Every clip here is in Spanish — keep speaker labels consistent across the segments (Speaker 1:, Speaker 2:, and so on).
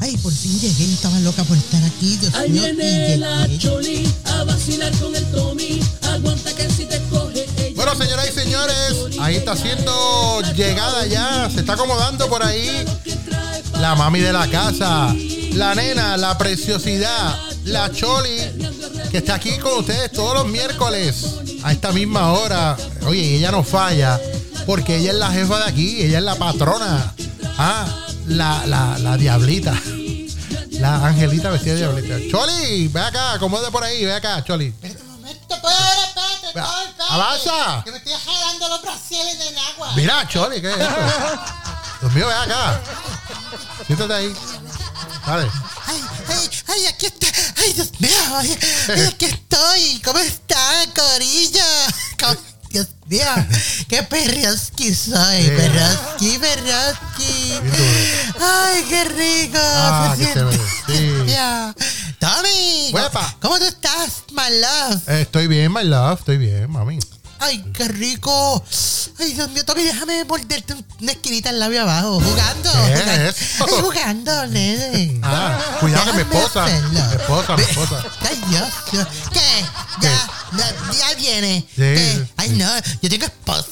Speaker 1: Ay, por fin llegué, yo estaba loca por estar aquí. Dios
Speaker 2: Ahí
Speaker 1: mío, y
Speaker 2: viene
Speaker 1: llegué.
Speaker 2: la Choli a vacilar con el Tommy. Aguanta que si te coge ella.
Speaker 3: Bueno, señoras y señores, ahí está siendo llegada ya, se está acomodando por ahí la mami de la casa, la nena, la preciosidad, la choli, que está aquí con ustedes todos los miércoles a esta misma hora. Oye, ella no falla, porque ella es la jefa de aquí, ella es la patrona, ah, la, la, la diablita, la angelita vestida de diablita. Choli, ve acá, acomode por ahí, ve acá, Choli.
Speaker 4: Un momento, espérate, espérate, espérate, espérate.
Speaker 3: Avanza.
Speaker 4: Que me estoy jalando los brasiles del agua.
Speaker 3: Mira, Choli, ¿qué es eso? Dios mío, ven acá. Siéntate ahí. Vale.
Speaker 4: Ay, ay, ay, aquí está. Ay, Dios mío. Ay, ay, aquí estoy. ¿Cómo está, Corillo? ¿Cómo- Dios mío. Qué perroski soy.
Speaker 3: Sí.
Speaker 4: Perroski, perroski.
Speaker 3: Bien
Speaker 4: Ay, qué rico.
Speaker 3: Ah,
Speaker 4: se
Speaker 3: qué chévere,
Speaker 4: siente.
Speaker 3: sí.
Speaker 4: Ya. Tommy.
Speaker 3: Huepa.
Speaker 4: ¿Cómo tú estás, my love?
Speaker 3: Eh, estoy bien, my love. Estoy bien, mami.
Speaker 4: Ay, qué rico. Ay, Dios mío, Tommy, déjame morderte un- una esquinita al labio abajo. Jugando.
Speaker 3: ¿Qué es
Speaker 4: jugando.
Speaker 3: eso?
Speaker 4: Ay, jugando, nene.
Speaker 3: Ah, cuidado que mi
Speaker 4: Déjame
Speaker 3: esposa.
Speaker 4: hacerlo.
Speaker 3: Mi esposa, mi esposa.
Speaker 4: Ay, Dios. Dios. ¿Qué? Ya, ya, ya viene. ¿Qué? Ay, no, yo tengo esposa.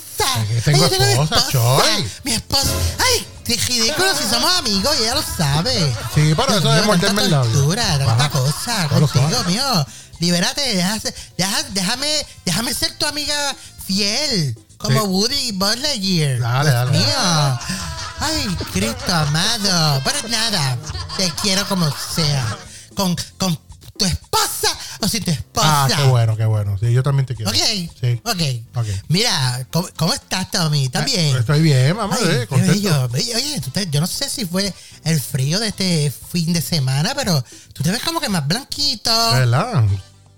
Speaker 3: que tengo
Speaker 4: Ay, yo mi
Speaker 3: esposa, Choy.
Speaker 4: Mi esposa. Ay, qué ridículo si somos amigos y ella lo sabe.
Speaker 3: Sí, pero eso de morderme el labio.
Speaker 4: Tanta
Speaker 3: Baja.
Speaker 4: cosa.
Speaker 3: Claro,
Speaker 4: Contigo,
Speaker 3: suave.
Speaker 4: mío. Libérate, déjase- deja- déjame, déjame ser tu amiga fiel. Como
Speaker 3: Sí.
Speaker 4: Woody Butler.
Speaker 3: Dale, dale.
Speaker 4: Mío. Ay, Cristo amado. Pero nada, te quiero como sea. Con, con tu esposa o sin tu esposa.
Speaker 3: Ah, qué bueno, qué bueno. Sí, yo también te quiero.
Speaker 4: Ok,
Speaker 3: Sí.
Speaker 4: ok.
Speaker 3: Ok. Eh,
Speaker 4: Mira, ¿cómo, cómo estás, Tommy? ¿Estás bien?
Speaker 3: Estoy bien, mamá.
Speaker 4: Ay,
Speaker 3: eh,
Speaker 4: qué
Speaker 3: contento.
Speaker 4: bello. Oye, oye, tú te- yo no sé si fue el frío de este fin de semana, pero tú te ves como que más blanquito.
Speaker 3: ¿Verdad?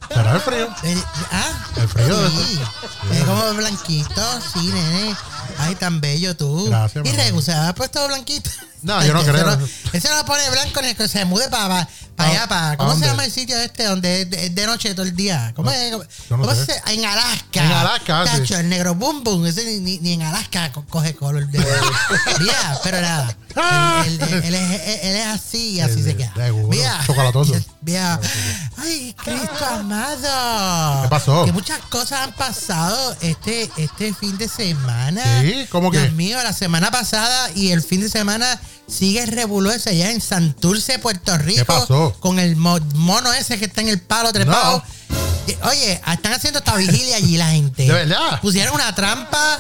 Speaker 3: Será el frío.
Speaker 4: Eh, ah,
Speaker 3: El frío de
Speaker 4: Sí.
Speaker 3: este-
Speaker 4: Es como blanquito, sí, nene. Ay, tan bello tú.
Speaker 3: Gracias,
Speaker 4: Y
Speaker 3: mamá.
Speaker 4: Regu, ¿se ha puesto blanquito?
Speaker 3: No, yo no
Speaker 4: Ese
Speaker 3: creo.
Speaker 4: Ese no lo pone blanco ni que se mude para
Speaker 3: Pa-
Speaker 4: allá, para.
Speaker 3: ¿pa
Speaker 4: ¿Cómo se
Speaker 3: dónde?
Speaker 4: llama el sitio este donde es de, es de noche todo el día? ¿Cómo
Speaker 3: No,
Speaker 4: es? ¿Cómo-
Speaker 3: yo no
Speaker 4: cómo
Speaker 3: sé.
Speaker 4: se- En Alaska.
Speaker 3: En Alaska, sí.
Speaker 4: Tacho, el negro bum bum. Ese ni, ni- ni en Alaska co- coge color de.
Speaker 3: Pues.
Speaker 4: Mira, pero nada. Él, él- él es, él- él es así y así
Speaker 3: Sí,
Speaker 4: se
Speaker 3: sí,
Speaker 4: queda.
Speaker 3: seguro.
Speaker 4: Mira.
Speaker 3: Chocolatoso.
Speaker 4: Mira. Ay, Cristo amado.
Speaker 3: ¿Qué pasó?
Speaker 4: Que muchas cosas han pasado este, este fin de semana.
Speaker 3: Sí, ¿cómo que?
Speaker 4: Dios mío, la semana pasada y el fin de semana sigue rebulosa allá en Santurce, Puerto Rico.
Speaker 3: pasó?
Speaker 4: Con el mo- mono ese que está en el palo trepado. Oye, están haciendo esta vigilia allí la gente.
Speaker 3: ¿De verdad?
Speaker 4: Pusieron una trampa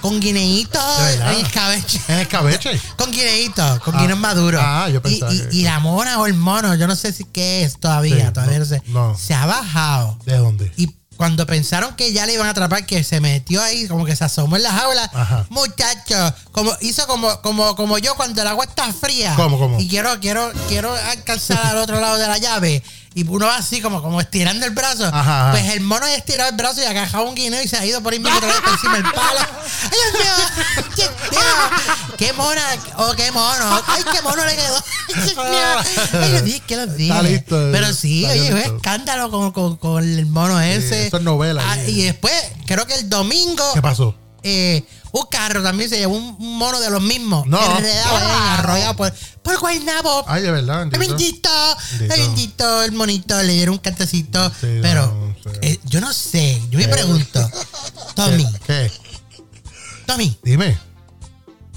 Speaker 4: con guineitos
Speaker 3: ¿De verdad?
Speaker 4: en escabeche.
Speaker 3: En escabeche.
Speaker 4: Con guineitos, con
Speaker 3: Ah.
Speaker 4: guineos maduros.
Speaker 3: Ah, yo pensaba
Speaker 4: y, y-
Speaker 3: que-
Speaker 4: y la mona o el mono, yo no sé si qué es todavía,
Speaker 3: Sí,
Speaker 4: todavía
Speaker 3: no,
Speaker 4: no, sé.
Speaker 3: no.
Speaker 4: Se ha bajado.
Speaker 3: ¿De dónde?
Speaker 4: Y cuando pensaron que ya le iban a atrapar, que se metió ahí, como que se asomó en la jaula,
Speaker 3: Ajá.
Speaker 4: muchachos, como, hizo como, como, como yo cuando el agua está fría.
Speaker 3: ¿Cómo, cómo?
Speaker 4: Y quiero, quiero, quiero alcanzar al otro lado de la llave. Y uno va así como, como estirando el brazo.
Speaker 3: Ajá, ajá.
Speaker 4: Pues el mono ha estirado el brazo y ha agarrado un guineo y se ha ido por ahí mismo y otra vez por encima del palo. ¡Ay, Dios mío! ¡Ay, Dios mío! ¡Qué mona! ¡Oh, qué mono! ¡Ay, qué mono le quedó! ¡Ay, Dios mío! ¡Ay, lo dije, que lo dije!
Speaker 3: Está listo,
Speaker 4: Pero sí,
Speaker 3: está
Speaker 4: oye, pues,
Speaker 3: listo.
Speaker 4: es escándalo con, con, con el mono ese.
Speaker 3: eso es novela.
Speaker 4: Ah, y después, creo que el domingo,
Speaker 3: ¿Qué pasó?
Speaker 4: eh, un carro también se llevó un un mono de los mismos.
Speaker 3: No.
Speaker 4: Enredado, eh, arrollado por, por Guaynabo.
Speaker 3: Ay, de verdad.
Speaker 4: Ay,
Speaker 3: bendito.
Speaker 4: bendito,
Speaker 3: Bendito.
Speaker 4: ay, bendito, el monito le dieron un cantecito.
Speaker 3: Sí,
Speaker 4: pero
Speaker 3: no, Eh. sí.
Speaker 4: eh, yo no sé, yo me pregunto, Tommy,
Speaker 3: ¿Qué? ¿Qué?
Speaker 4: Tommy,
Speaker 3: Dime.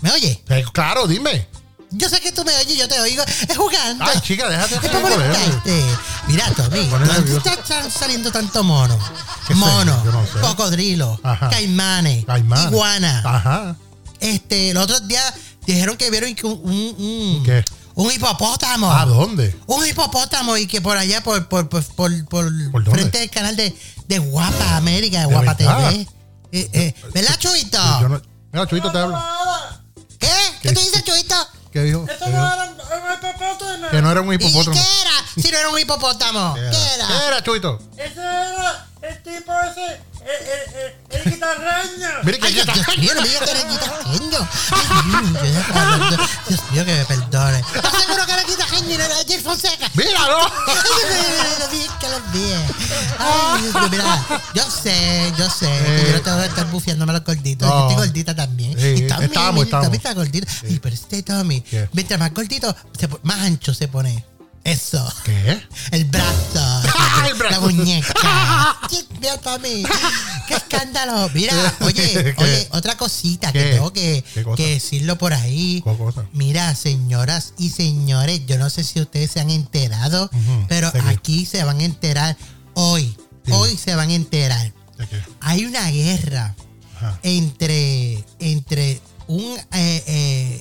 Speaker 4: ¿me oye?
Speaker 3: Eh, Claro, dime.
Speaker 4: Yo sé que tú me oyes, yo te oigo, es jugando.
Speaker 3: Ay, chica, déjate
Speaker 4: Es
Speaker 3: de
Speaker 4: para
Speaker 3: joder.
Speaker 4: molestarte. Mira, este, Tommy,
Speaker 3: pones
Speaker 4: ¿dónde
Speaker 3: nervioso.
Speaker 4: están saliendo tanto mono?
Speaker 3: ¿Qué sé?
Speaker 4: Mono,
Speaker 3: Yo no sé.
Speaker 4: cocodrilo,
Speaker 3: Ajá. Ah.
Speaker 4: caimanes,
Speaker 3: Caimán.
Speaker 4: iguana.
Speaker 3: Ajá.
Speaker 4: Este, los otros días dijeron que vieron que un, un, un-
Speaker 3: ¿Qué?
Speaker 4: un hipopótamo.
Speaker 3: ¿A dónde?
Speaker 4: Un hipopótamo y que por allá, por, por, por, por, por
Speaker 3: ¿Por dónde?
Speaker 4: frente del canal de, de Guapa América, de
Speaker 3: ¿De
Speaker 4: Guapa
Speaker 3: verdad?
Speaker 4: TV. Eh, eh, ¿Verdad, Chuito?
Speaker 3: Yo no- Mira, Chuito te hablo.
Speaker 4: ¿Qué? ¿Qué
Speaker 3: ¿Qué?
Speaker 4: te dice Chuito?
Speaker 3: ¿Qué dijo?
Speaker 4: Eso
Speaker 3: ¿Qué dijo? Que no era un
Speaker 4: ¿Y qué
Speaker 3: hipopótamo.
Speaker 4: era? Si no era un hipopótamo. ¿Qué era?
Speaker 3: ¿Qué era, Chuito?
Speaker 5: Ese era el tipo ese, el, el, el, el guitarreño.
Speaker 3: Mire que
Speaker 4: Ay,
Speaker 3: ya
Speaker 4: Dios,
Speaker 3: está.
Speaker 4: Dios mío, no me digas que eres guitajeño. Ay, Dios mío, yo ya estaba hablando. Dios mío, que me perdone. ¿Estás seguro que eres guitajeño y no eres a Jir Fonseca.
Speaker 3: ¡Míralo!
Speaker 4: lo bien que los vi. Ay, Dios mío, mira, yo sé, yo sé que yo no tengo que estar bufiándome los gorditos.
Speaker 3: No.
Speaker 4: Yo estoy gordita también.
Speaker 3: Sí,
Speaker 4: Y Tommy,
Speaker 3: estamos,
Speaker 4: mi-
Speaker 3: estamos.
Speaker 4: Tommy está gordito. Ay, pero este Tommy,
Speaker 3: ¿Qué?
Speaker 4: mientras más gordito, se po- más ancho se pone. Eso.
Speaker 3: ¿Qué?
Speaker 4: El brazo.
Speaker 3: El brazo.
Speaker 4: La muñeca. Dios mío, Tommy. Qué escándalo. Mira,
Speaker 3: ¿Qué?
Speaker 4: oye, oye, otra cosita
Speaker 3: ¿Qué?
Speaker 4: que tengo que,
Speaker 3: ¿Qué cosa?
Speaker 4: que decirlo por ahí.
Speaker 3: ¿Cuál cosa?
Speaker 4: Mira, señoras y señores, yo no sé si ustedes se han enterado,
Speaker 3: Ujú,
Speaker 4: pero
Speaker 3: ¿de qué?
Speaker 4: aquí se van a enterar hoy.
Speaker 3: Sí.
Speaker 4: Hoy se van a enterar.
Speaker 3: ¿De qué?
Speaker 4: Hay una guerra
Speaker 3: Ajá.
Speaker 4: entre, entre un, eh, eh,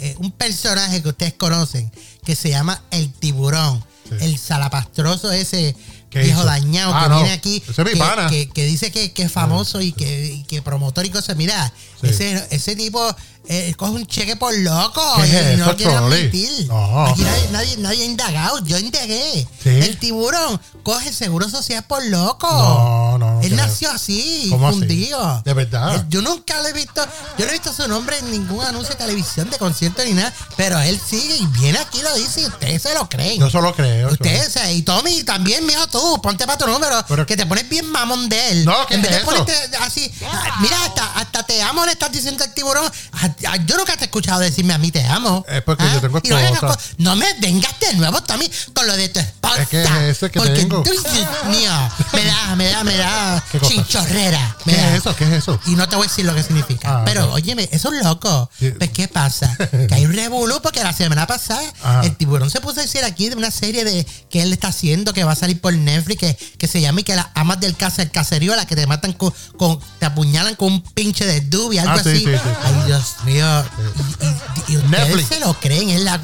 Speaker 4: eh, un personaje que ustedes conocen que se llama el tiburón,
Speaker 3: Sí.
Speaker 4: el salapastroso ese
Speaker 3: ¿Qué
Speaker 4: viejo
Speaker 3: hizo?
Speaker 4: dañado
Speaker 3: Ah,
Speaker 4: que
Speaker 3: no,
Speaker 4: viene aquí,
Speaker 3: ese es mi
Speaker 4: que,
Speaker 3: pana. Ah,
Speaker 4: que- que dice que, que es famoso y, que, y que promotor y cosas. Mira,
Speaker 3: Sí.
Speaker 4: ese, ese tipo eh, coge un cheque por loco
Speaker 3: ¿Qué es
Speaker 4: y no
Speaker 3: eso,
Speaker 4: lo quiere
Speaker 3: Choli?
Speaker 4: admitir.
Speaker 3: No.
Speaker 4: Aquí nadie, nadie, nadie ha indagado, yo indagué.
Speaker 3: ¿Sí?
Speaker 4: El tiburón coge el seguro social por loco.
Speaker 3: No, no, no
Speaker 4: Él
Speaker 3: creo.
Speaker 4: nació así,
Speaker 3: ¿Cómo así?
Speaker 4: fundido.
Speaker 3: ¿De verdad?
Speaker 4: Él- yo nunca lo he visto, yo no he visto su nombre en ningún anuncio de televisión, de concierto ni nada, pero él sigue y viene aquí y lo dice y ustedes se lo creen.
Speaker 3: Yo solo creo. yo-
Speaker 4: ustedes, se- y Tommy también, mijo, tú, ponte para tu número,
Speaker 3: Pero-
Speaker 4: que te pones bien mamón de él.
Speaker 3: No, ¿qué
Speaker 4: en vez
Speaker 3: es
Speaker 4: de
Speaker 3: eso?
Speaker 4: ponerte así, ah, mira, hasta, hasta te amo le estás diciendo al tiburón. Ah, ah, Yo nunca te he escuchado decirme a mí te amo. Ah,
Speaker 3: Es porque yo tengo
Speaker 4: y no, vengas
Speaker 3: esposa.
Speaker 4: con- no me vengas de nuevo, Tommy, con lo de tu esposa.
Speaker 3: Es que eso es que
Speaker 4: porque
Speaker 3: tengo.
Speaker 4: tú, Dios mío, me da, me da, me da
Speaker 3: ¿Qué cosa?
Speaker 4: chinchorrera. me
Speaker 3: ¿Qué
Speaker 4: da.
Speaker 3: es eso? ¿Qué es eso?
Speaker 4: Y no te voy a decir lo que significa.
Speaker 3: Ah,
Speaker 4: pero,
Speaker 3: ok.
Speaker 4: óyeme, eso es loco.
Speaker 3: Sí.
Speaker 4: Pues, ¿qué pasa? Que hay un revolú porque la semana pasada
Speaker 3: Ajá.
Speaker 4: el tiburón se puso a decir aquí de una serie de que él está haciendo que va a salir por Netflix que, que se llama y que las amas del casa, el caserío, las que te matan con, con- te apuñalan con un pinche de y algo
Speaker 3: Ah, sí,
Speaker 4: así.
Speaker 3: sí, sí, sí.
Speaker 4: Ay, Dios mío. Y, y- y ustedes
Speaker 3: Netflix.
Speaker 4: se lo creen, es la,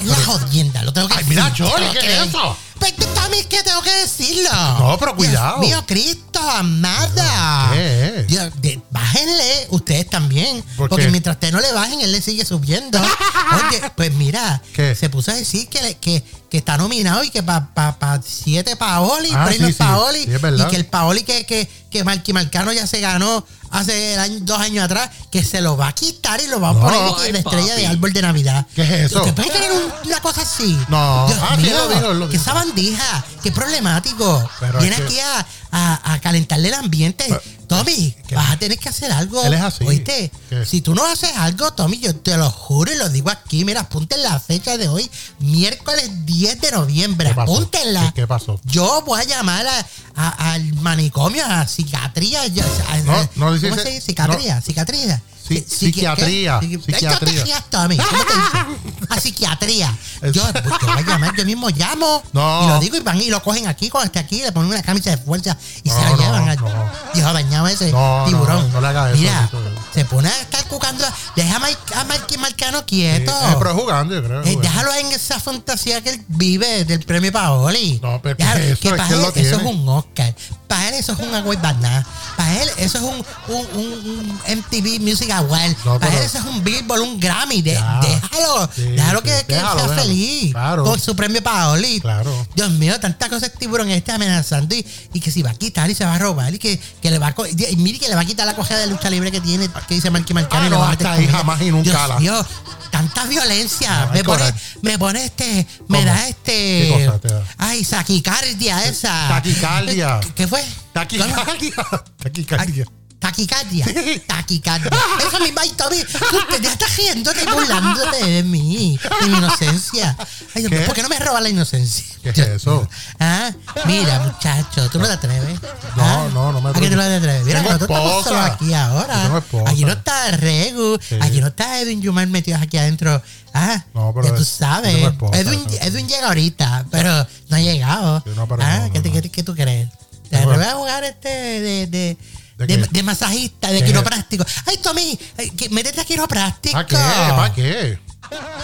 Speaker 4: es la jodienda, lo tengo que
Speaker 3: Ay, mira,
Speaker 4: decir, se
Speaker 3: Chori,
Speaker 4: lo
Speaker 3: ¿qué es
Speaker 4: creen.
Speaker 3: eso?
Speaker 4: Pues tú también que tengo que decirlo.
Speaker 3: No, pero cuidado.
Speaker 4: Dios mío, Cristo, amada.
Speaker 3: ¿Qué es?
Speaker 4: Dios, de- bájenle ustedes también.
Speaker 3: ¿Por
Speaker 4: porque
Speaker 3: qué?
Speaker 4: mientras ustedes no le bajen, él le sigue subiendo. Oye, pues mira,
Speaker 3: ¿Qué?
Speaker 4: se puso a decir que, le- que, que está nominado y que para pa, pa siete Paoli,
Speaker 3: Ah,
Speaker 4: premios
Speaker 3: sí, sí.
Speaker 4: Paoli.
Speaker 3: Sí, es verdad.
Speaker 4: y que el Paoli que, que, que Marqui Marcano ya se ganó hace el año- dos años atrás, que se lo va a quitar y lo va a
Speaker 3: No.
Speaker 4: poner
Speaker 2: Ay,
Speaker 4: de estrella de
Speaker 2: papi.
Speaker 4: árbol de Navidad.
Speaker 3: ¿Qué es eso?
Speaker 4: ¿Ustedes pueden creer un- una cosa así?
Speaker 3: No.
Speaker 4: Dios
Speaker 3: Ah, sí,
Speaker 4: mío,
Speaker 3: lo dijo, lo
Speaker 4: que
Speaker 3: dijo.
Speaker 4: esa bandija, qué problemático.
Speaker 3: Pero
Speaker 4: Viene
Speaker 3: es que-
Speaker 4: aquí a, a- a calentarle el ambiente. Tommy,
Speaker 3: ¿qué?
Speaker 4: vas a tener que hacer algo.
Speaker 3: Él es así.
Speaker 4: ¿Oíste?
Speaker 3: ¿Qué?
Speaker 4: Si tú no haces algo, Tommy, yo te lo juro y lo digo aquí. Mira, apunten la fecha de hoy, miércoles 10 de noviembre.
Speaker 3: ¿Qué pasó?
Speaker 4: Apúntenla.
Speaker 3: ¿Qué- qué pasó?
Speaker 4: Yo voy a llamar a- a- al manicomio, a psiquiatría. yo- a-
Speaker 3: No,
Speaker 4: a-
Speaker 3: no dice-
Speaker 4: ¿Cómo se dice? Psiquiatría, psiquiatría.
Speaker 3: Sí,
Speaker 4: Si- psiqui-
Speaker 3: psiquiatría,
Speaker 4: ¿qué? Psiqui-
Speaker 3: psiquiatría.
Speaker 4: Ay, no te rías, Tommy. ¿Cómo te dice? A psiquiatría. Yo, pues,
Speaker 3: Eso.
Speaker 4: yo voy a llamar, yo mismo llamo
Speaker 3: No.
Speaker 4: y lo digo y van y lo cogen aquí cuando esté aquí, le ponen una camisa de fuerza y se
Speaker 3: No,
Speaker 4: la
Speaker 3: no,
Speaker 4: llevan al
Speaker 3: no.
Speaker 4: viejo dañado ese
Speaker 3: No, no,
Speaker 4: tiburón.
Speaker 3: no le hagas eso,
Speaker 4: Mira,
Speaker 3: eso, eso.
Speaker 4: se pone a estar cucando. Deja a, Mike- a Marky Marcano
Speaker 3: Sí,
Speaker 4: quieto.
Speaker 3: eh, pero jugando, yo creo.
Speaker 4: Eh,
Speaker 3: jugando.
Speaker 4: déjalo en esa fantasía que él vive del premio Paoli.
Speaker 3: No, pero
Speaker 4: Déjalo,
Speaker 3: ¿qué es eso? Es
Speaker 4: para
Speaker 3: que él
Speaker 4: él
Speaker 3: lo
Speaker 4: eso es
Speaker 3: tiene.
Speaker 4: un Oscar. Para él eso es un Award Baná. Para él eso es un, un, un- un MTV Music Award.
Speaker 3: No,
Speaker 4: para
Speaker 3: pero-
Speaker 4: él eso es un Billboard, un Grammy. De-
Speaker 3: Ya.
Speaker 4: déjalo.
Speaker 3: Sí,
Speaker 4: déjalo que,
Speaker 3: sí,
Speaker 4: que él
Speaker 3: déjalo,
Speaker 4: sea
Speaker 3: déjalo.
Speaker 4: feliz
Speaker 3: Claro.
Speaker 4: con su premio Paoli.
Speaker 3: Claro.
Speaker 4: Dios mío, tantas cosas el tiburón este amenazando y, y que si va a quitar y se va a robar y que, que le va a co- y- y mire que le va a quitar la cojea de lucha libre que tiene, que dice Marky Marcano
Speaker 3: Ah,
Speaker 4: y le
Speaker 3: no,
Speaker 4: va a meter
Speaker 3: hasta ahí
Speaker 4: comida.
Speaker 3: jamás y nunca
Speaker 4: Dios
Speaker 3: la-
Speaker 4: mío, tanta violencia.
Speaker 3: No, hay
Speaker 4: me, pone,
Speaker 3: coraje.
Speaker 4: me pone este, me
Speaker 3: ¿Cómo?
Speaker 4: da este.
Speaker 3: ¿Qué cosa te da?
Speaker 4: Ay, saquicardia esa.
Speaker 3: Taquicardia.
Speaker 4: ¿Qué- ¿Qué fue?
Speaker 3: Taquicardia. Taquicardia.
Speaker 4: Taquicardia. Taquicardia. Eso mi Mike Tommy. Tú te ya estás riéndote y burlándote de mí, de mi inocencia. Ay, Dios
Speaker 3: ¿Qué?
Speaker 4: mío, ¿por qué no me roba la inocencia?
Speaker 3: ¿Qué es eso?
Speaker 4: Ah, mira, muchacho, tú no te atreves.
Speaker 3: No,
Speaker 4: Ah,
Speaker 3: no, no me
Speaker 4: ¿A qué tú no te atreves? Mira,
Speaker 3: Tengo
Speaker 4: nosotros estamos
Speaker 3: esposa.
Speaker 4: solos aquí
Speaker 3: Yo
Speaker 4: ahora.
Speaker 3: tengo esposa.
Speaker 4: Aquí no está Regu, aquí no está Edwin Yumar metidos aquí adentro. Ah,
Speaker 3: No, pero
Speaker 4: ya tú
Speaker 3: es- yo
Speaker 4: sabes.
Speaker 3: tengo esposa,
Speaker 4: Edwin,
Speaker 3: eso.
Speaker 4: Edwin llega ahorita, pero no ha llegado.
Speaker 3: Sí, no, pero
Speaker 4: ah,
Speaker 3: no, no,
Speaker 4: ¿qué, te-
Speaker 3: no.
Speaker 4: qué- qué tú crees? ¿Te
Speaker 3: Tengo-
Speaker 4: atreves a jugar este de... de
Speaker 3: ¿De
Speaker 4: de,
Speaker 3: qué?
Speaker 4: de masajista, de
Speaker 3: ¿Qué?
Speaker 4: quiropráctico. Ay, Tommy, ay, que- métete a quiropráctico.
Speaker 3: ¿Para qué? ¿Para qué?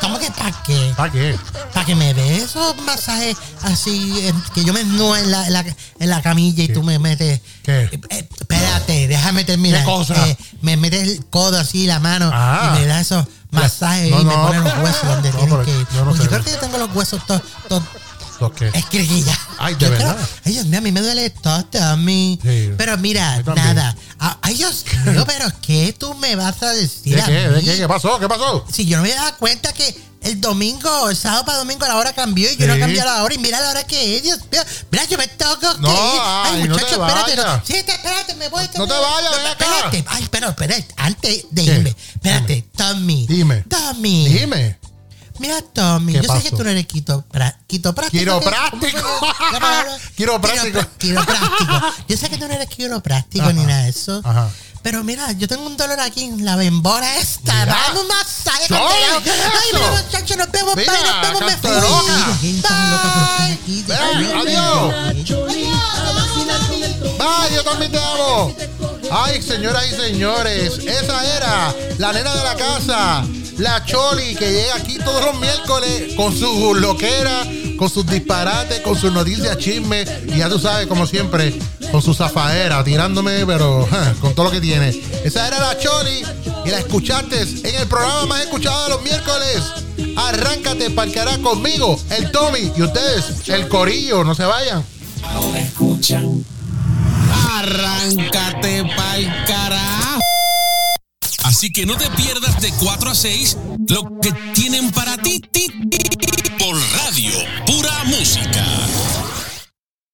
Speaker 4: ¿Cómo que para qué?
Speaker 3: ¿Para qué?
Speaker 4: Para que me dé esos masajes así, eh, que yo me desnudo en la, en la, en la camilla y tú me metes.
Speaker 3: ¿Qué?
Speaker 4: Eh, eh, espérate, déjame terminar. Eh,
Speaker 3: ¿Qué cosa?
Speaker 4: me metes el codo así, la mano,
Speaker 3: Ah.
Speaker 4: y me da esos masajes
Speaker 3: No,
Speaker 4: y me
Speaker 3: no.
Speaker 4: pones los huesos donde
Speaker 3: No,
Speaker 4: tienen
Speaker 3: pero
Speaker 4: que ir.
Speaker 3: yo no
Speaker 4: Porque
Speaker 3: sé.
Speaker 4: yo creo que yo tengo los huesos todos. todos
Speaker 3: ¿Los qué?
Speaker 4: Escriquilla.
Speaker 3: Ay, ¿de
Speaker 4: Yo creo-
Speaker 3: verdad?
Speaker 4: ay, Dios mío, a mí me duele todo, a mí.
Speaker 3: Sí.
Speaker 4: Pero mira,
Speaker 3: mí también.
Speaker 4: nada. Ah, Ay, Dios mío, pero ¿qué tú me vas a decir?
Speaker 3: ¿De
Speaker 4: a
Speaker 3: qué? ¿De
Speaker 4: mí?
Speaker 3: qué? ¿Qué pasó? ¿Qué pasó?
Speaker 4: si yo no me daba cuenta que, el domingo, el sábado para domingo la hora cambió y yo no he
Speaker 3: Sí.
Speaker 4: cambiado la hora y mira la hora que es. Dios mío. Mira, yo me tengo que
Speaker 3: No,
Speaker 4: ir.
Speaker 3: ay, no te
Speaker 4: espérate. no.
Speaker 3: vayas.
Speaker 4: Sí, está, espérate, me voy.
Speaker 3: No te vayas, ven acá.
Speaker 4: Espérate. Ay, pero espérate. Antes de irme. Espérate, Tommy.
Speaker 3: Dime.
Speaker 4: Tommy.
Speaker 3: Dime.
Speaker 4: Mira, Tommy,
Speaker 3: ¿Qué
Speaker 4: yo sé que
Speaker 3: pasó?
Speaker 4: tú no eres quitopra- quitopráctico.
Speaker 3: Quiropráctico.
Speaker 4: ¿Cómo fue la palabra?
Speaker 3: Quiropráctico.
Speaker 4: Quiropra- Quiropráctico. Yo sé que tú no eres quiropráctico
Speaker 3: Ajá.
Speaker 4: ni nada de eso.
Speaker 3: Ajá.
Speaker 4: Pero mira, yo tengo un dolor aquí en la bembora esta.
Speaker 3: Mira.
Speaker 4: Dame un masaje.
Speaker 3: Sol,
Speaker 4: conmigo.
Speaker 3: ¿qué es
Speaker 4: Ay,
Speaker 3: eso?
Speaker 4: mira, muchachos, nos vemos.
Speaker 3: Mira,
Speaker 4: bye, nos vemos. Me
Speaker 3: canto
Speaker 4: fui.
Speaker 3: de loca.
Speaker 1: La gente está loca por estar aquí. Dios
Speaker 3: Ven,
Speaker 1: mío.
Speaker 3: adiós.
Speaker 2: Choli, a vacilar con el Tommy.
Speaker 3: Vaya, yo también te amo. Ay, señoras y señores, esa era la nena de la casa, la Choli, que llega aquí todos los miércoles con sus loqueras, con sus disparates, con sus noticias, chismes, y ya tú sabes, como siempre, con su zafaera, tirándome, pero ja, con todo lo que tiene. Esa era la Choli, y la escuchaste en el programa más escuchado de los miércoles. Arráncate, parcará conmigo, el Tommy, y ustedes, el Corillo, no se vayan.
Speaker 6: Arráncate pa'l carajo.
Speaker 7: Así que no te pierdas de 4 a 6 lo que tienen para ti, ti, ti, ti, por radio, pura música.